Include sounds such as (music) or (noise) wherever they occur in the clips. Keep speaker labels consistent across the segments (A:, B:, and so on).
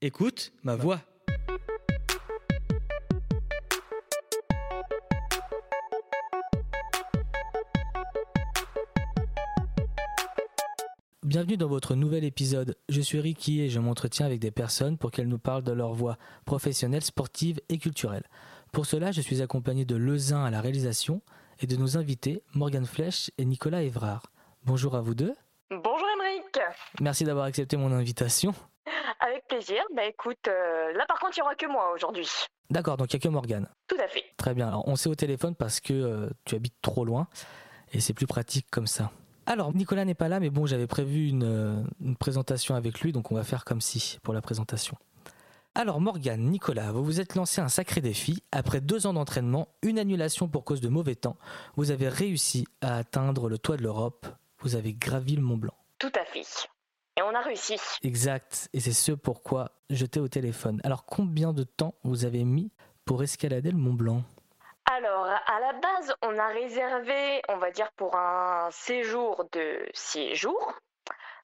A: Écoute ma voix. Bienvenue dans votre nouvel épisode. Je suis Ricky et je m'entretiens avec des personnes pour qu'elles nous parlent de leur voie professionnelle, sportive et culturelle. Pour cela, je suis accompagné de Lezin à la réalisation et de nos invités Morgane Flech et Nicolas Évrard. Bonjour à vous deux.
B: Bonjour Émeric.
A: Merci d'avoir accepté mon invitation.
B: Avec plaisir. Bah écoute, euh, là par contre, il n'y aura que moi aujourd'hui.
A: D'accord, donc il n'y a que Morgane.
B: Tout à fait.
A: Très bien. Alors, on s'est au téléphone parce que euh, tu habites trop loin et c'est plus pratique comme ça. Alors, Nicolas n'est pas là, mais bon, j'avais prévu une, euh, une présentation avec lui, donc on va faire comme si pour la présentation. Alors, Morgane, Nicolas, vous vous êtes lancé un sacré défi. Après deux ans d'entraînement, une annulation pour cause de mauvais temps, vous avez réussi à atteindre le toit de l'Europe. Vous avez gravi le Mont Blanc.
B: Tout à fait. Et on a réussi.
A: Exact, et c'est ce pourquoi je t'ai au téléphone. Alors, combien de temps vous avez mis pour escalader le Mont Blanc
B: Alors, à la base, on a réservé, on va dire, pour un séjour de six jours.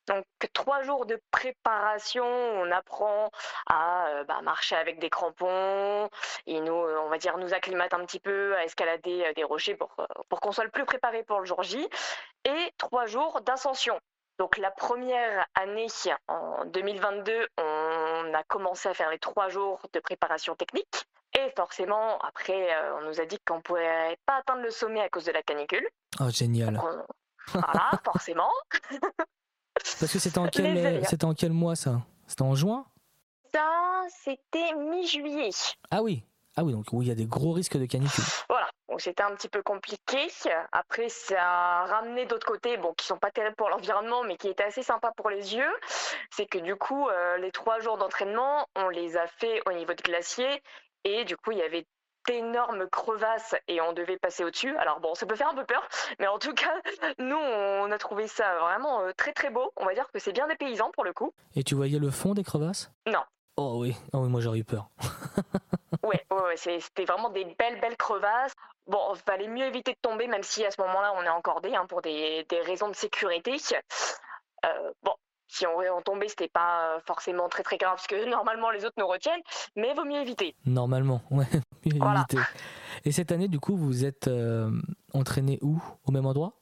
B: Donc, trois jours de préparation, on apprend à euh, bah, marcher avec des crampons, et nous, euh, on va dire, nous acclimate un petit peu à escalader euh, des rochers pour, euh, pour qu'on soit le plus préparé pour le jour J, et trois jours d'ascension. Donc la première année, en 2022, on a commencé à faire les trois jours de préparation technique. Et forcément, après, euh, on nous a dit qu'on ne pouvait pas atteindre le sommet à cause de la canicule.
A: Oh, génial.
B: Donc, on- Voilà, forcément.
A: Parce que c'était en, quel-
B: Les aléas.
A: c'était en quel mois ça C'était en juin
B: Ça, c'était mi-juillet.
A: Ah oui, ah oui, donc oui, il y a des gros risques de canicule.
B: Voilà, donc c'était un petit peu compliqué. Après, ça a ramené d'autres côtés, bon, qui sont pas terribles pour l'environnement, mais qui étaient assez sympas pour les yeux. C'est que du coup, euh, les trois jours d'entraînement, on les a fait au niveau de glacier, et du coup, il y avait d'énormes crevasses et on devait passer au-dessus. Alors bon, ça peut faire un peu peur, mais en tout cas, (laughs) nous, on a trouvé ça vraiment euh, très très beau. On va dire que c'est bien des paysans pour le coup.
A: Et tu voyais le fond des crevasses
B: Non.
A: Oh oui, oh oui, moi j'aurais eu peur.
B: Ouais, ouais, ouais, c'est- c'était vraiment des belles, belles crevasses. Bon, fallait mieux éviter de tomber, même si à ce moment-là, on est encordé hein, pour des, des raisons de sécurité. Euh, bon, si on, on tombait, c'était pas euh, forcément très, très grave, parce que normalement, les autres nous retiennent, mais vaut mieux éviter.
A: Normalement, (laughs) ouais, mieux
B: Voilà.
A: éviter. Et cette année, du coup, vous êtes euh, entraîné où Au même endroit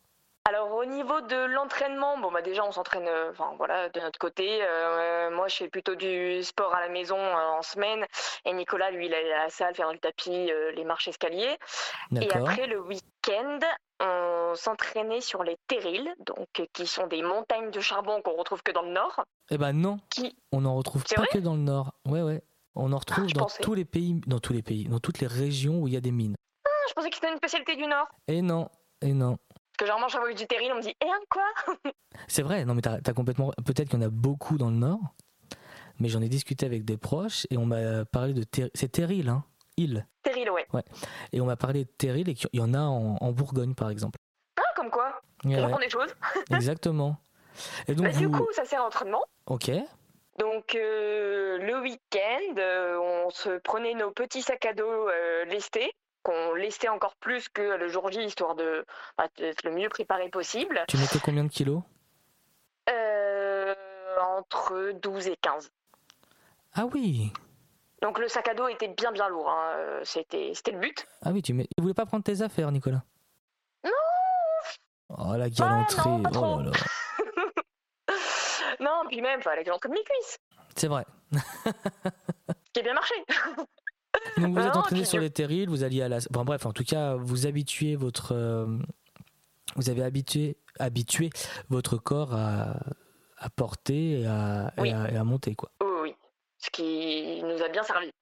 B: Alors au niveau de l'entraînement, bon bah déjà on s'entraîne, euh, enfin voilà, de notre côté. Euh, moi je fais plutôt du sport à la maison euh, en semaine, et Nicolas lui il est à la salle faire le tapis, euh, les marches escaliers. Et
A: D'accord.
B: après le week-end, on s'entraînait sur les terrils, donc euh, qui sont des montagnes de charbon qu'on retrouve que dans le nord.
A: Eh ben non,
B: Qui
A: on en retrouve
B: C'est
A: pas
B: vrai Ah,
A: que dans le nord. Ouais, ouais. On en retrouve
B: je
A: dans
B: pensais.
A: tous les pays, dans tous les pays, dans toutes les régions où il y a des mines.
B: Ah, je pensais que c'était une spécialité du nord.
A: Et non, et non.
B: Parce que généralement chaque fois que je dis terril, on me dit eh hein, quoi
A: C'est vrai, non mais t'as t'as complètement. Peut-être qu'il y en a beaucoup dans le Nord, mais j'en ai discuté avec des proches et on m'a parlé de. ter- C'est terrible, hein Île.
B: Terril ouais.
A: Et on m'a parlé de terril et qu'il y en a en, en Bourgogne par exemple.
B: Ah comme quoi,
A: Ouais,
B: on (laughs)
A: ouais,
B: apprend des choses.
A: exactement. Et donc
B: Bah, du
A: vous.
B: coup ça sert à l'entraînement.
A: Ok,
B: Donc euh, le week-end, euh, on se prenait nos petits sacs à dos euh, lestés, qu'on lestait encore plus que le jour J, histoire de bah, d'être le mieux préparé possible,
A: tu mettais combien de kilos
B: euh, entre 12 et 15.
A: Ah oui
B: Donc le sac à dos était bien bien lourd, hein, euh, c'était c'était le but. (laughs)
A: Ah oui, tu mets. Tu voulais pas prendre tes affaires, Nicolas
B: Non
A: Oh la
B: Ah, non,
A: galanterie
B: pas trop.
A: oh là là.
B: Non, puis même, fallait que j'entraîne mes cuisses,
A: C'est vrai.
B: ce qui a bien marché.
A: Donc vous
B: Non,
A: êtes entraîné
B: puis
A: sur
B: je-
A: les terrils, vous alliez à la. Enfin bref, en tout cas, vous habituez votre. euh, vous avez habitué, habitué votre corps à, à porter et à, et
B: Oui.
A: à- et à monter, quoi.
B: Oui, Oh oui, oui. ce qui nous a bien servi.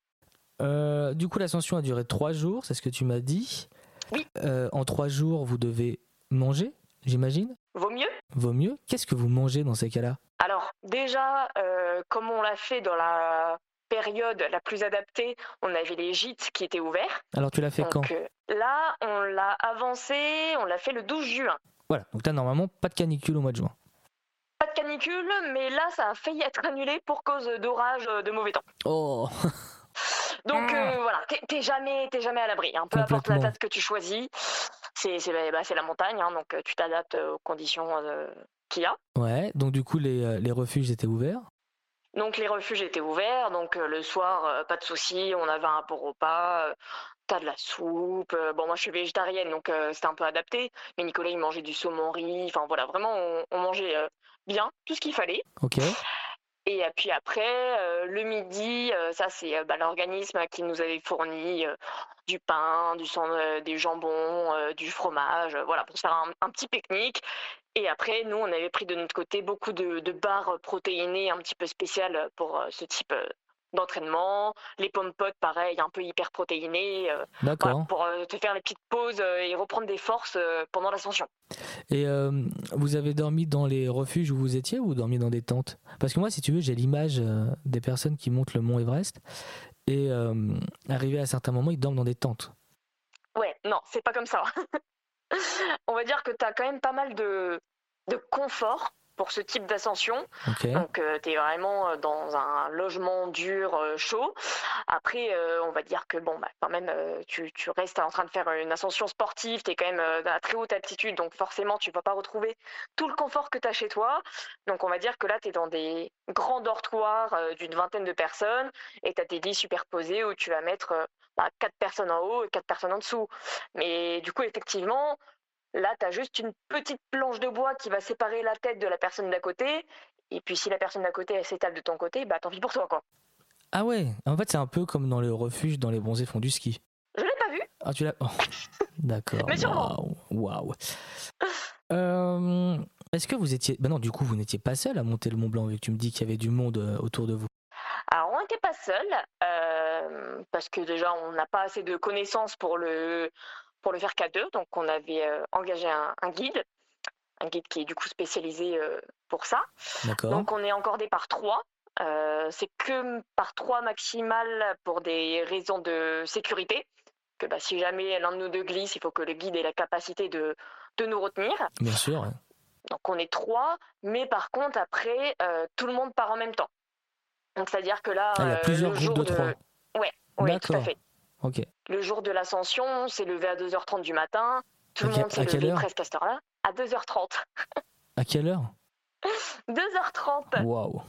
A: Euh, du coup, l'ascension a duré trois jours, c'est ce que tu m'as dit.
B: Oui.
A: Euh, en trois jours, vous devez manger, j'imagine.
B: Vaut mieux
A: Vaut mieux. Qu'est-ce que vous mangez dans ces cas-là
B: Alors déjà, euh, comme on l'a fait dans la période la plus adaptée, on avait les gîtes qui étaient ouverts.
A: Alors, tu l'as fait quand
B: Donc euh, là, on l'a avancé, on l'a fait le 12 juin.
A: Voilà. Donc, t'as normalement pas de canicule au mois de juin.
B: Pas de canicule, mais là, ça a failli être annulé pour cause d'orage, euh, de mauvais temps.
A: Oh
B: Donc
A: Ah.
B: euh, voilà, t'es- t'es jamais, t'es jamais à l'abri. hein. Peu importe la
A: Complètement.
B: date que tu choisis, c'est c'est la- bah, c'est la montagne, hein, donc euh, tu t'adaptes aux conditions euh, qu'il y a.
A: Ouais. Donc, du coup, les, euh, les refuges étaient ouverts.
B: Donc les refuges étaient ouverts, donc euh, le soir, euh, pas de souci, on avait un bon repas, euh, t'as de la soupe. euh, bon, moi je suis végétarienne, donc euh, c'était un peu adapté. Mais Nicolas, il mangeait du saumon riz, enfin voilà, vraiment, on, on mangeait euh, bien, tout ce qu'il fallait.
A: Ok.
B: Et euh, puis après, euh, le midi, euh, ça c'est euh, bah, l'organisme qui nous avait fourni euh, du pain, du sang, euh, des jambons, euh, du fromage, euh, voilà, pour se faire un, un petit pique-nique. Et après, nous, on avait pris de notre côté beaucoup de, de barres protéinées un petit peu spéciales pour euh, ce type euh, d'entraînement. Les pommes potes, pareil, un peu hyper protéinées, euh, voilà,
A: D'accord.
B: pour euh, te faire les petites pauses euh, et reprendre des forces euh, pendant l'ascension.
A: Et euh, vous avez dormi dans les refuges où vous étiez ou vous dormiez dans des tentes Parce que moi, si tu veux, j'ai l'image euh, des personnes qui montent le mont Everest et euh, arrivés à certains moments, ils dorment dans des tentes.
B: Ouais, non, c'est pas comme ça. (laughs) On va dire que tu as quand même pas mal de, de confort pour ce type d'ascension.
A: Ok.
B: Donc, tu es vraiment euh, dans un logement dur, euh, chaud. Après, euh, on va dire que, bon, bah, quand même, euh, tu, tu restes en train de faire une ascension sportive. Tu es quand même euh, à très haute altitude. Donc, forcément, tu vas pas retrouver tout le confort que tu as chez toi. Donc, on va dire que là, tu es dans des grands dortoirs euh, d'une vingtaine de personnes et tu as des lits superposés où tu vas mettre euh, bah, quatre personnes en haut et quatre personnes en dessous. Mais du coup, effectivement, là, tu as juste une petite planche de bois qui va séparer la tête de la personne d'à côté. Et puis, si la personne d'à côté, elle s'étale de ton côté, bah tant pis pour toi, quoi.
A: Ah ouais. En fait, c'est un peu comme dans le refuge dans les bronzés fonds du ski.
B: Je l'ai pas vu.
A: Ah, tu l'as.
B: (laughs)
A: oh. D'accord.
B: Mais sûrement.
A: Waouh. Waouh. Euh, Est-ce que vous étiez. Ben non, du coup, vous n'étiez pas seul à monter le Mont Blanc, vu que tu me dis qu'il y avait du monde euh, autour de vous.
B: Alors, on n'était pas seul, euh, parce que déjà, on n'a pas assez de connaissances pour le, pour le faire qu'à deux. Donc, on avait euh, engagé un, un guide, un guide qui est du coup spécialisé euh, pour ça.
A: D'accord.
B: Donc on est encordé par trois. Euh, c'est que par trois maximales pour des raisons de sécurité. Que bah, si jamais l'un de nous deux glisse, il faut que le guide ait la capacité de, de nous retenir.
A: Bien sûr. ouais.
B: Donc on est trois, mais par contre après euh, tout le monde part en même temps. Donc c'est-à-dire que là,
A: Ah, il y a
B: euh,
A: plusieurs
B: le
A: groupes
B: jour
A: de trois.
B: Oui, tout à
A: D'accord.
B: fait.
A: Ok.
B: Le jour de l'ascension, c'est levé à 2h30 du matin. Tout
A: À
B: le
A: que-
B: monde s'est
A: à quelle
B: levé
A: heure
B: presque à cette heure-là. À (laughs) 2h30.
A: À quelle heure
B: 2h30
A: Waouh.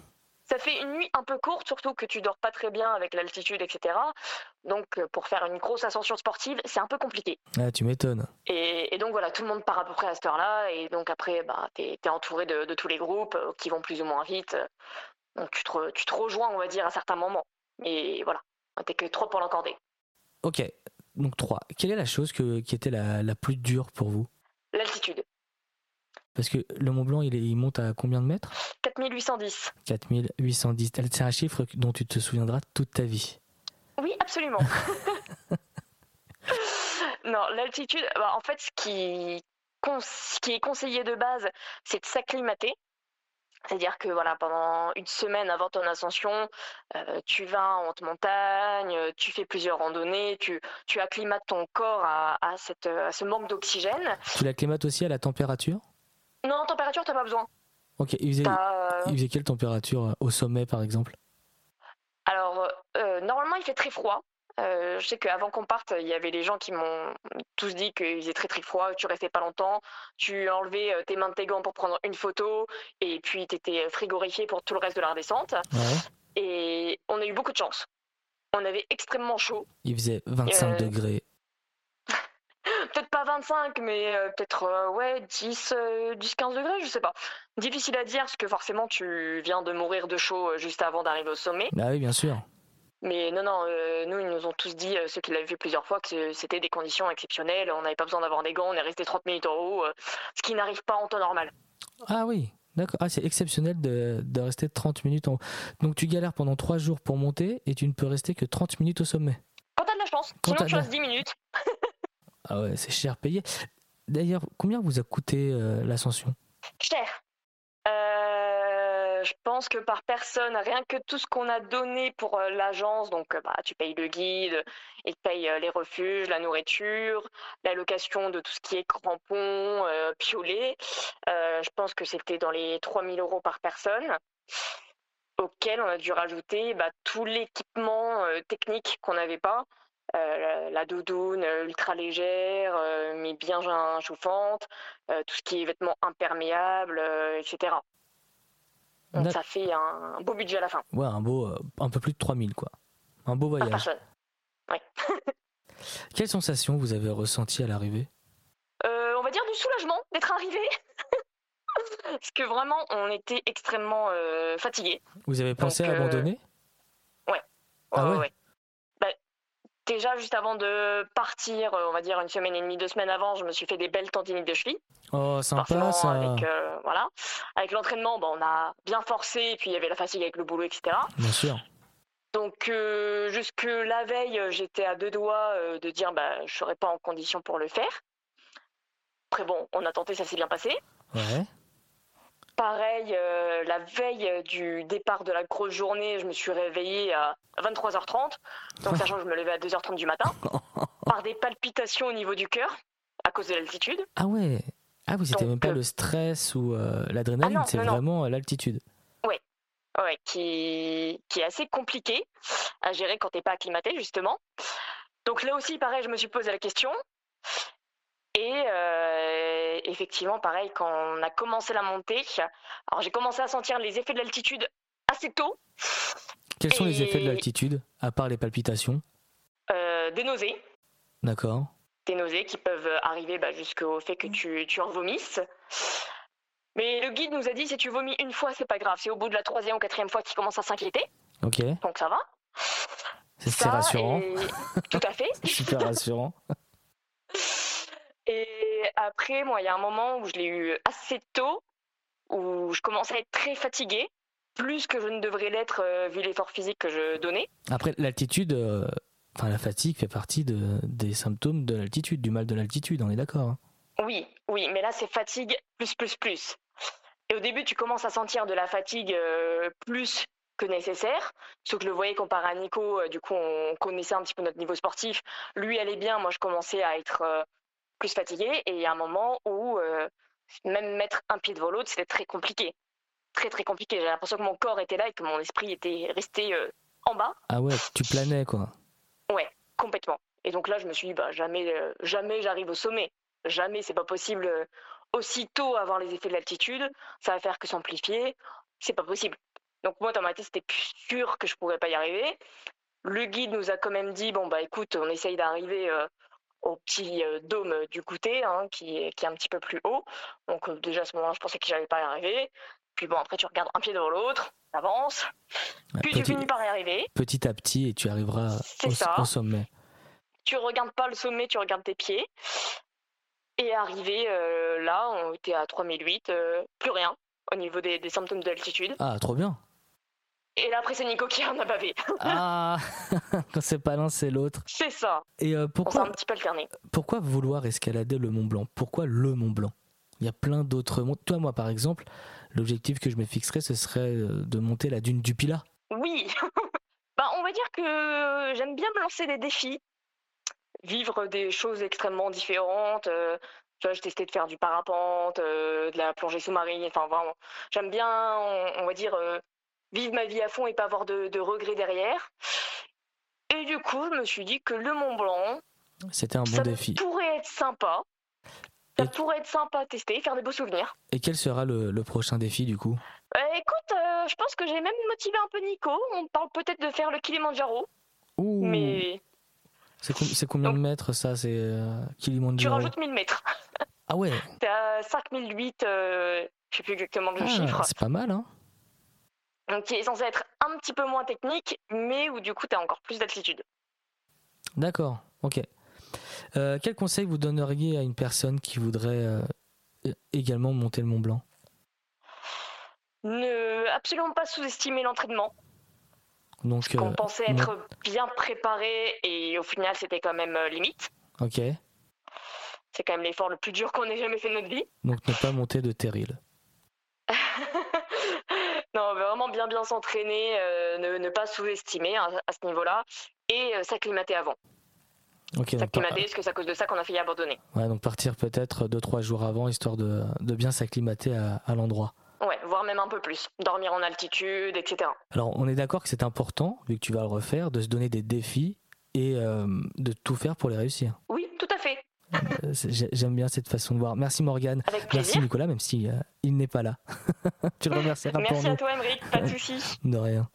B: Ça fait une nuit un peu courte, surtout que tu dors pas très bien avec l'altitude, etc. Donc, euh, pour faire une grosse ascension sportive, c'est un peu compliqué.
A: Ah, tu m'étonnes.
B: Et, et donc, voilà, tout le monde part à peu près à cette heure-là. Et donc, après, bah, tu es, entouré de, de tous les groupes euh, qui vont plus ou moins vite. euh, Donc, tu te, re- tu te rejoins, on va dire, à certains moments. Mais voilà, t'es que trois pour l'encorder.
A: Ok, donc 3. Quelle est la chose que- qui était la, la plus dure pour vous
B: L'altitude,
A: Parce que le Mont Blanc, il, est- il monte à combien de mètres
B: 4810.
A: 4810. C'est un chiffre dont tu te souviendras toute ta vie.
B: Oui, absolument. non, l'altitude, bah, en fait, ce qui, cons- ce qui est conseillé de base, c'est de s'acclimater. C'est-à-dire que voilà, pendant une semaine avant ton ascension, euh, tu vas en haute montagne, euh, tu fais plusieurs randonnées, tu, tu acclimates ton corps à, à cette, à ce manque d'oxygène.
A: Tu l'acclimates aussi à la température
B: Non, en température, t'as pas besoin.
A: Ok, il faisait,
B: T'as, euh,
A: il faisait quelle température euh, au sommet par exemple
B: Alors, euh, normalement, il fait très froid. Euh, je sais qu'avant qu'on parte, il y avait les gens qui m'ont tous dit qu'il faisait très très froid, tu restais pas longtemps, tu enlevais euh, tes mains de tes gants pour prendre une photo, et puis tu étais frigorifié pour tout le reste de la redescente.
A: Ouais.
B: Et on a eu beaucoup de chance. On avait extrêmement chaud,
A: Il faisait 25
B: Euh,
A: degrés.
B: peut-être pas 25, mais euh, peut-être euh, ouais 10, 10-15 degrés, je sais pas. Difficile à dire, parce que forcément tu viens de mourir de chaud euh, juste avant d'arriver au sommet.
A: Ah oui, bien sûr.
B: Mais non, non, euh, nous, ils nous ont tous dit, euh, ceux qui l'avaient vu plusieurs fois, que c'est- c'était des conditions exceptionnelles, on n'avait pas besoin d'avoir des gants, on est resté 30 minutes en haut, euh, ce qui n'arrive pas en temps normal.
A: Ah oui, d'accord. Ah, c'est exceptionnel de, de rester 30 minutes en haut. Donc tu galères pendant 3 jours pour monter et tu ne peux rester que 30 minutes au sommet.
B: Quand t'as de la chance,
A: Quand t'as
B: sinon
A: de
B: tu
A: la-
B: restes 10 minutes.
A: Ah ouais, c'est cher payé. D'ailleurs, combien vous a coûté euh, l'ascension
B: Cher. Euh, je pense que par personne, rien que tout ce qu'on a donné pour euh, l'agence, donc euh, bah, tu payes le guide, il te paye euh, les refuges, la nourriture, la location de tout ce qui est crampons, euh, piolets, euh, je pense que c'était dans les 3000 euros par personne, auquel on a dû rajouter bah, tout l'équipement euh, technique qu'on n'avait pas. euh, la- la doudoune euh, ultra légère, euh, mais bien chauffante, euh, tout ce qui est vêtements imperméables, euh, etc.
A: On
B: Donc
A: a-
B: ça fait un beau budget à la fin,
A: Ouais, un beau, euh, un peu plus de 3000 quoi. Un beau
B: par (laughs)
A: voyage.
B: personne.
A: Quelle sensation vous avez ressentie à l'arrivée
B: Euh, on va dire du soulagement d'être arrivé. (laughs) Parce que vraiment, on était extrêmement euh, fatigué.
A: Vous avez pensé
B: Donc,
A: à
B: euh,
A: abandonner Ah ouais
B: Bah, déjà, juste avant de partir, euh, on va dire une semaine et demie, deux semaines avant, je me suis fait des belles tendinites de cheville.
A: Oh, sympa
B: Forcément,
A: ça.
B: avec, euh, voilà. avec l'entraînement, bah, on a bien forcé, et puis il y avait la fatigue avec le boulot, etc.
A: Bien sûr.
B: Donc euh, jusque la veille, euh, j'étais à deux doigts euh, de dire bah, je serais pas en condition pour le faire. Après bon, on a tenté, ça s'est bien passé.
A: Ouais.
B: Pareil, euh, la veille du départ de la grosse journée, je me suis réveillée à 23h30. Donc sachant que je me levais à 2h30 du matin, par des palpitations au niveau du cœur à cause de l'altitude.
A: Ah ouais. Ah oui, c'était
B: Donc,
A: même pas
B: euh,
A: le stress ou euh, l'adrénaline,
B: ah non,
A: c'est
B: non, non.
A: vraiment euh, l'altitude.
B: Ouais, qui, qui est assez compliqué à gérer quand t'es pas acclimaté, justement. Donc là aussi, pareil, je me suis posé la question. Et euh, effectivement, pareil, quand on a commencé la montée, alors j'ai commencé à sentir les effets de l'altitude assez tôt,
A: Quels sont les
B: Et-
A: effets de l'altitude, à part les palpitations
B: euh, des nausées,
A: D'accord.
B: des nausées qui peuvent arriver bah, jusqu'au fait que tu, tu en vomisses. Mais le guide nous a dit si tu vomis une fois, c'est pas grave. C'est au bout de la troisième ou quatrième fois qu'il commence à s'inquiéter,
A: Ok.
B: donc ça va.
A: C'est c'est
B: Ça,
A: rassurant. (laughs)
B: et- Tout à fait.
A: Super rassurant.
B: Et après, moi, il y a un moment où je l'ai eu assez tôt, où je commençais à être très fatiguée, plus que je ne devrais l'être euh, vu l'effort physique que je donnais.
A: Après, l'altitude, euh, enfin la fatigue fait partie de- des symptômes de l'altitude, du mal de l'altitude, on est d'accord. hein.
B: Oui, oui, mais là, c'est fatigue plus, plus, plus. Et au début, tu commences à sentir de la fatigue euh, plus que nécessaire, sauf que je le voyais comparé à Nico, euh, du coup, on connaissait un petit peu notre niveau sportif. Lui allait bien, moi, je commençais à être euh, plus fatiguée, et il y a un moment où euh, même mettre un pied devant l'autre, c'était très compliqué. Très, très compliqué. J'avais l'impression que mon corps était là et que mon esprit était resté euh, en bas.
A: Ah ouais, tu planais quoi.
B: Complètement. Et donc là, je me suis dit, bah, jamais, euh, jamais j'arrive au sommet. Jamais, c'est pas possible. euh, Aussitôt avoir les effets de l'altitude, ça va faire que s'amplifier. C'est pas possible. Donc moi, dans ma tête, c'était sûr que je pourrais pas y arriver. Le guide nous a quand même dit, bon bah écoute, on essaye d'arriver euh, au petit euh, dôme du Coutet, hein, qui, est- qui est un petit peu plus haut. Donc euh, déjà à ce moment-là, je pensais que j'allais pas y arriver. Puis bon, après, tu regardes un pied devant l'autre, t'avances, puis tu
A: Petit,
B: finis par y arriver.
A: petit à petit et tu arriveras
B: C'est
A: au,
B: ça.
A: au sommet.
B: tu regardes pas le sommet, tu regardes tes pieds. Et arrivé euh, là, on était à 3008, euh, plus rien au niveau des, des symptômes de l'altitude.
A: Ah, trop
B: (laughs)
A: bien.
B: Et là, après, c'est Nico qui en a bavé. (laughs)
A: Ah, (laughs) quand c'est pas l'un, c'est l'autre.
B: C'est ça,
A: Et euh,
B: on s'est un
A: pourquoi,
B: petit peu alterné.
A: pourquoi vouloir escalader le Mont Blanc Pourquoi le Mont Blanc Il y a plein d'autres monts. Toi, moi, par exemple, l'objectif que je me fixerais, ce serait euh, de monter la dune du Pilat.
B: Oui, (laughs) bah, on va dire que euh, j'aime bien me lancer des défis, vivre des choses extrêmement différentes. euh, tu vois, j'ai testé de faire du parapente, euh, de la plongée sous-marine, enfin vraiment, j'aime bien, on, on va dire, euh, vivre ma vie à fond et pas avoir de, de regrets derrière. Et du coup, je me suis dit que le Mont Blanc,
A: C'était un bon
B: ça
A: défi.
B: pourrait être sympa. Ça
A: Et-
B: pourrait être sympa à tester, faire des beaux souvenirs.
A: Et quel sera le, le prochain défi, du coup
B: Euh, écoute, euh, je pense que j'ai même motivé un peu Nico. On parle peut-être de faire le Kilimanjaro,
A: Ouh,
B: mais
A: C'est com- c'est combien de mètres, ça C'est euh,
B: tu
A: Kilimandjaro
B: rajoutes 1000 mètres.
A: Ah ouais,
B: T'es à 5008, euh, je sais plus exactement le
A: Ah,
B: chiffre,
A: c'est pas mal, hein
B: donc qui est censé être un petit peu moins technique, mais où du coup t'as encore plus d'altitude.
A: D'accord, ok. Euh, quel conseil vous donneriez à une personne qui voudrait euh, é- également monter le Mont Blanc
B: Ne absolument pas sous-estimer l'entraînement.
A: Donc, euh,
B: qu'on pensait être bien préparé et au final c'était quand même euh, limite.
A: ok.
B: C'est quand même l'effort le plus dur qu'on ait jamais fait de notre vie. (laughs)
A: Donc ne pas monter de terril.
B: Non, mais vraiment bien bien s'entraîner, euh, ne, ne pas sous-estimer hein, à ce niveau-là et euh, s'acclimater avant.
A: Ok, donc, euh, par-
B: S'acclimater parce que c'est à cause de ça qu'on a failli abandonner.
A: ouais, donc partir peut-être 2-3 jours avant, histoire de, de bien s'acclimater à, à l'endroit.
B: Ouais, voire même un peu plus. Dormir en altitude, etc.
A: Alors on est d'accord que c'est important, vu que tu vas le refaire, de se donner des défis et euh, de tout faire pour les réussir.
B: Oui, tout à fait.
A: Euh, j'aime bien cette façon de voir. Merci Morgane.
B: Avec
A: Merci
B: plaisir.
A: Nicolas, même si euh, il n'est pas là. (laughs) tu le remercieras pour
B: Merci à
A: nous.
B: toi, Emeric. Pas
A: (laughs)
B: de soucis.
A: De rien.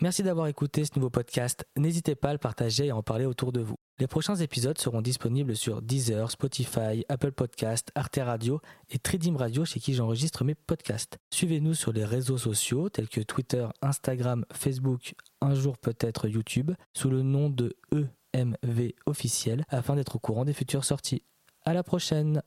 A: Merci d'avoir écouté ce nouveau podcast. N'hésitez pas à le partager et à en parler autour de vous. Les prochains épisodes seront disponibles sur Deezer, Spotify, Apple Podcast, Arte Radio et Tridim Radio chez qui j'enregistre mes podcasts. Suivez-nous sur les réseaux sociaux tels que Twitter, Instagram, Facebook, un jour peut-être YouTube, sous le nom E. de EMV officiel afin d'être au courant des futures sorties. À la prochaine